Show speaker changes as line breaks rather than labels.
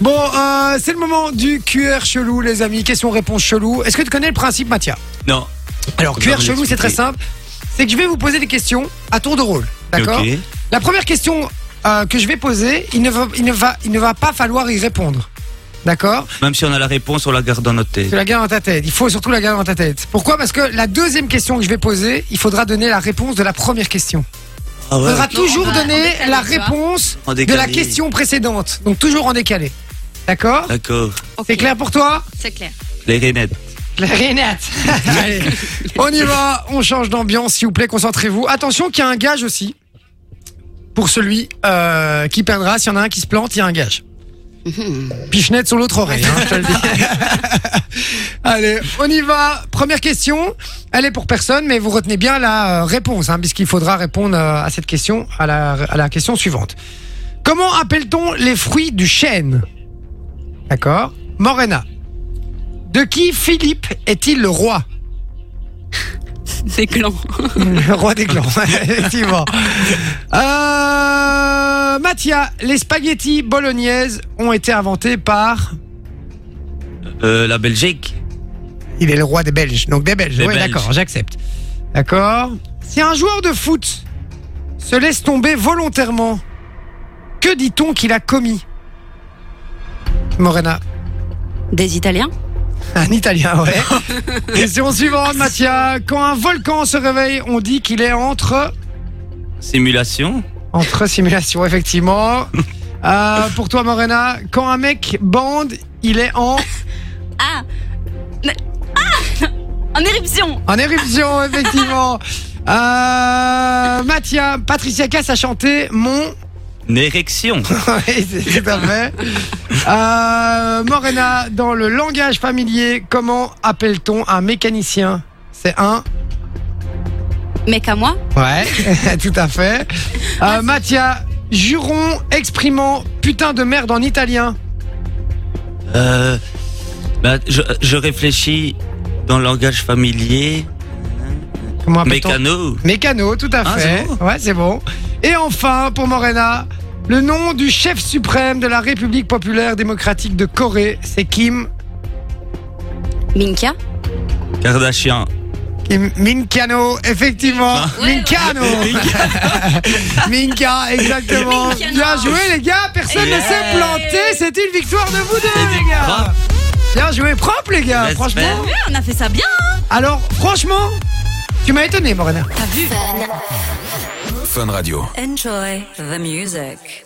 Bon, euh, c'est le moment du QR chelou, les amis. Question-réponse chelou. Est-ce que tu connais le principe, Mathia
Non.
Alors,
Bien
QR chelou,
expliqué.
c'est très simple. C'est que je vais vous poser des questions à tour de rôle. D'accord
Ok.
La première question euh, que je vais poser, il ne, va, il, ne va, il ne va pas falloir y répondre. D'accord
Même si on a la réponse, on la garde dans notre tête.
Tu la gardes dans ta tête. Il faut surtout la garder dans ta tête. Pourquoi Parce que la deuxième question que je vais poser, il faudra donner la réponse de la première question.
Ah
Il
ouais.
faudra
Non,
toujours
on va-
donner
on décale,
la
tu vois.
réponse
En
de
décalé.
la question précédente. Donc toujours en décalé. D'accord
D'accord.
Ok,
C'est clair pour toi
C'est clair.
Les rainettes.
La Renate. Allez, on y va, on change d'ambiance, s'il vous plaît, concentrez-vous. Attention qu'il y a un gage aussi. Pour celui euh, qui perdra, s'il y en a un qui se plante, il y a un gage. Pichenette sur l'autre oreille, hein, je te le dis. Allez, on y va. Première question. Elle est pour personne, mais vous retenez bien la euh, réponse, hein, puisqu'il faudra répondre euh, à cette question, à la, à la question suivante. Comment appelle-t-on les fruits du chêne D'accord. Morena. De qui Philippe est-il le roi
C'est gland.
Le roi des clans, effectivement. Euh, Mathia, les spaghettis bolognaises ont été inventés par.
Euh, la Belgique.
Il est le roi des Belges, donc des Belges.
Des
Oui,
Belges.
d'accord, j'accepte. D'accord. Si un joueur de foot se laisse tomber volontairement, que dit-on qu'il a commis Morena.
Des Italiens
Un Italien, ouais. Question suivante, Mathia. Quand un volcan se réveille, on dit qu'il est entre.
Simulation.
Entre simulation, effectivement. Euh, pour toi, Morena, quand un mec bande, il est en,
Ah Mais- Ah En éruption
en éruption, effectivement. Euh, Mathia, Patricia Cass a chanté Mon.
Une érection.
Oui, c'est tout à fait. Euh, Morena, dans le langage familier, comment appelle-t-on un mécanicien C'est un.
Mais qu'à moi
Ouais, tout à fait. Euh, Mathia, juron exprimant putain de merde en italien.
Euh, bah, je, je réfléchis dans le langage familier.
Comment appelle-t-on
Mécano.
Mécano, tout à
Ah,
fait.
c'est
ouais, c'est bon. Et enfin, pour Morena, le nom du chef suprême de la République populaire démocratique de Corée, c'est Kim,
Minka
Kardashian.
Kim Minkano, effectivement.
Ah.
Ouais,
Minkano. Minka, exactement.
Minkano.
Bien joué, les gars. Personne ne s'est planté. C'est une victoire de vous deux, les gars.
propre.
Bien joué, propre, les gars.
Respect.
Franchement.
Ouais, on a fait ça bien
Alors, franchement, tu m'as étonné, Morena.
Fun Radio.
Enjoy the music.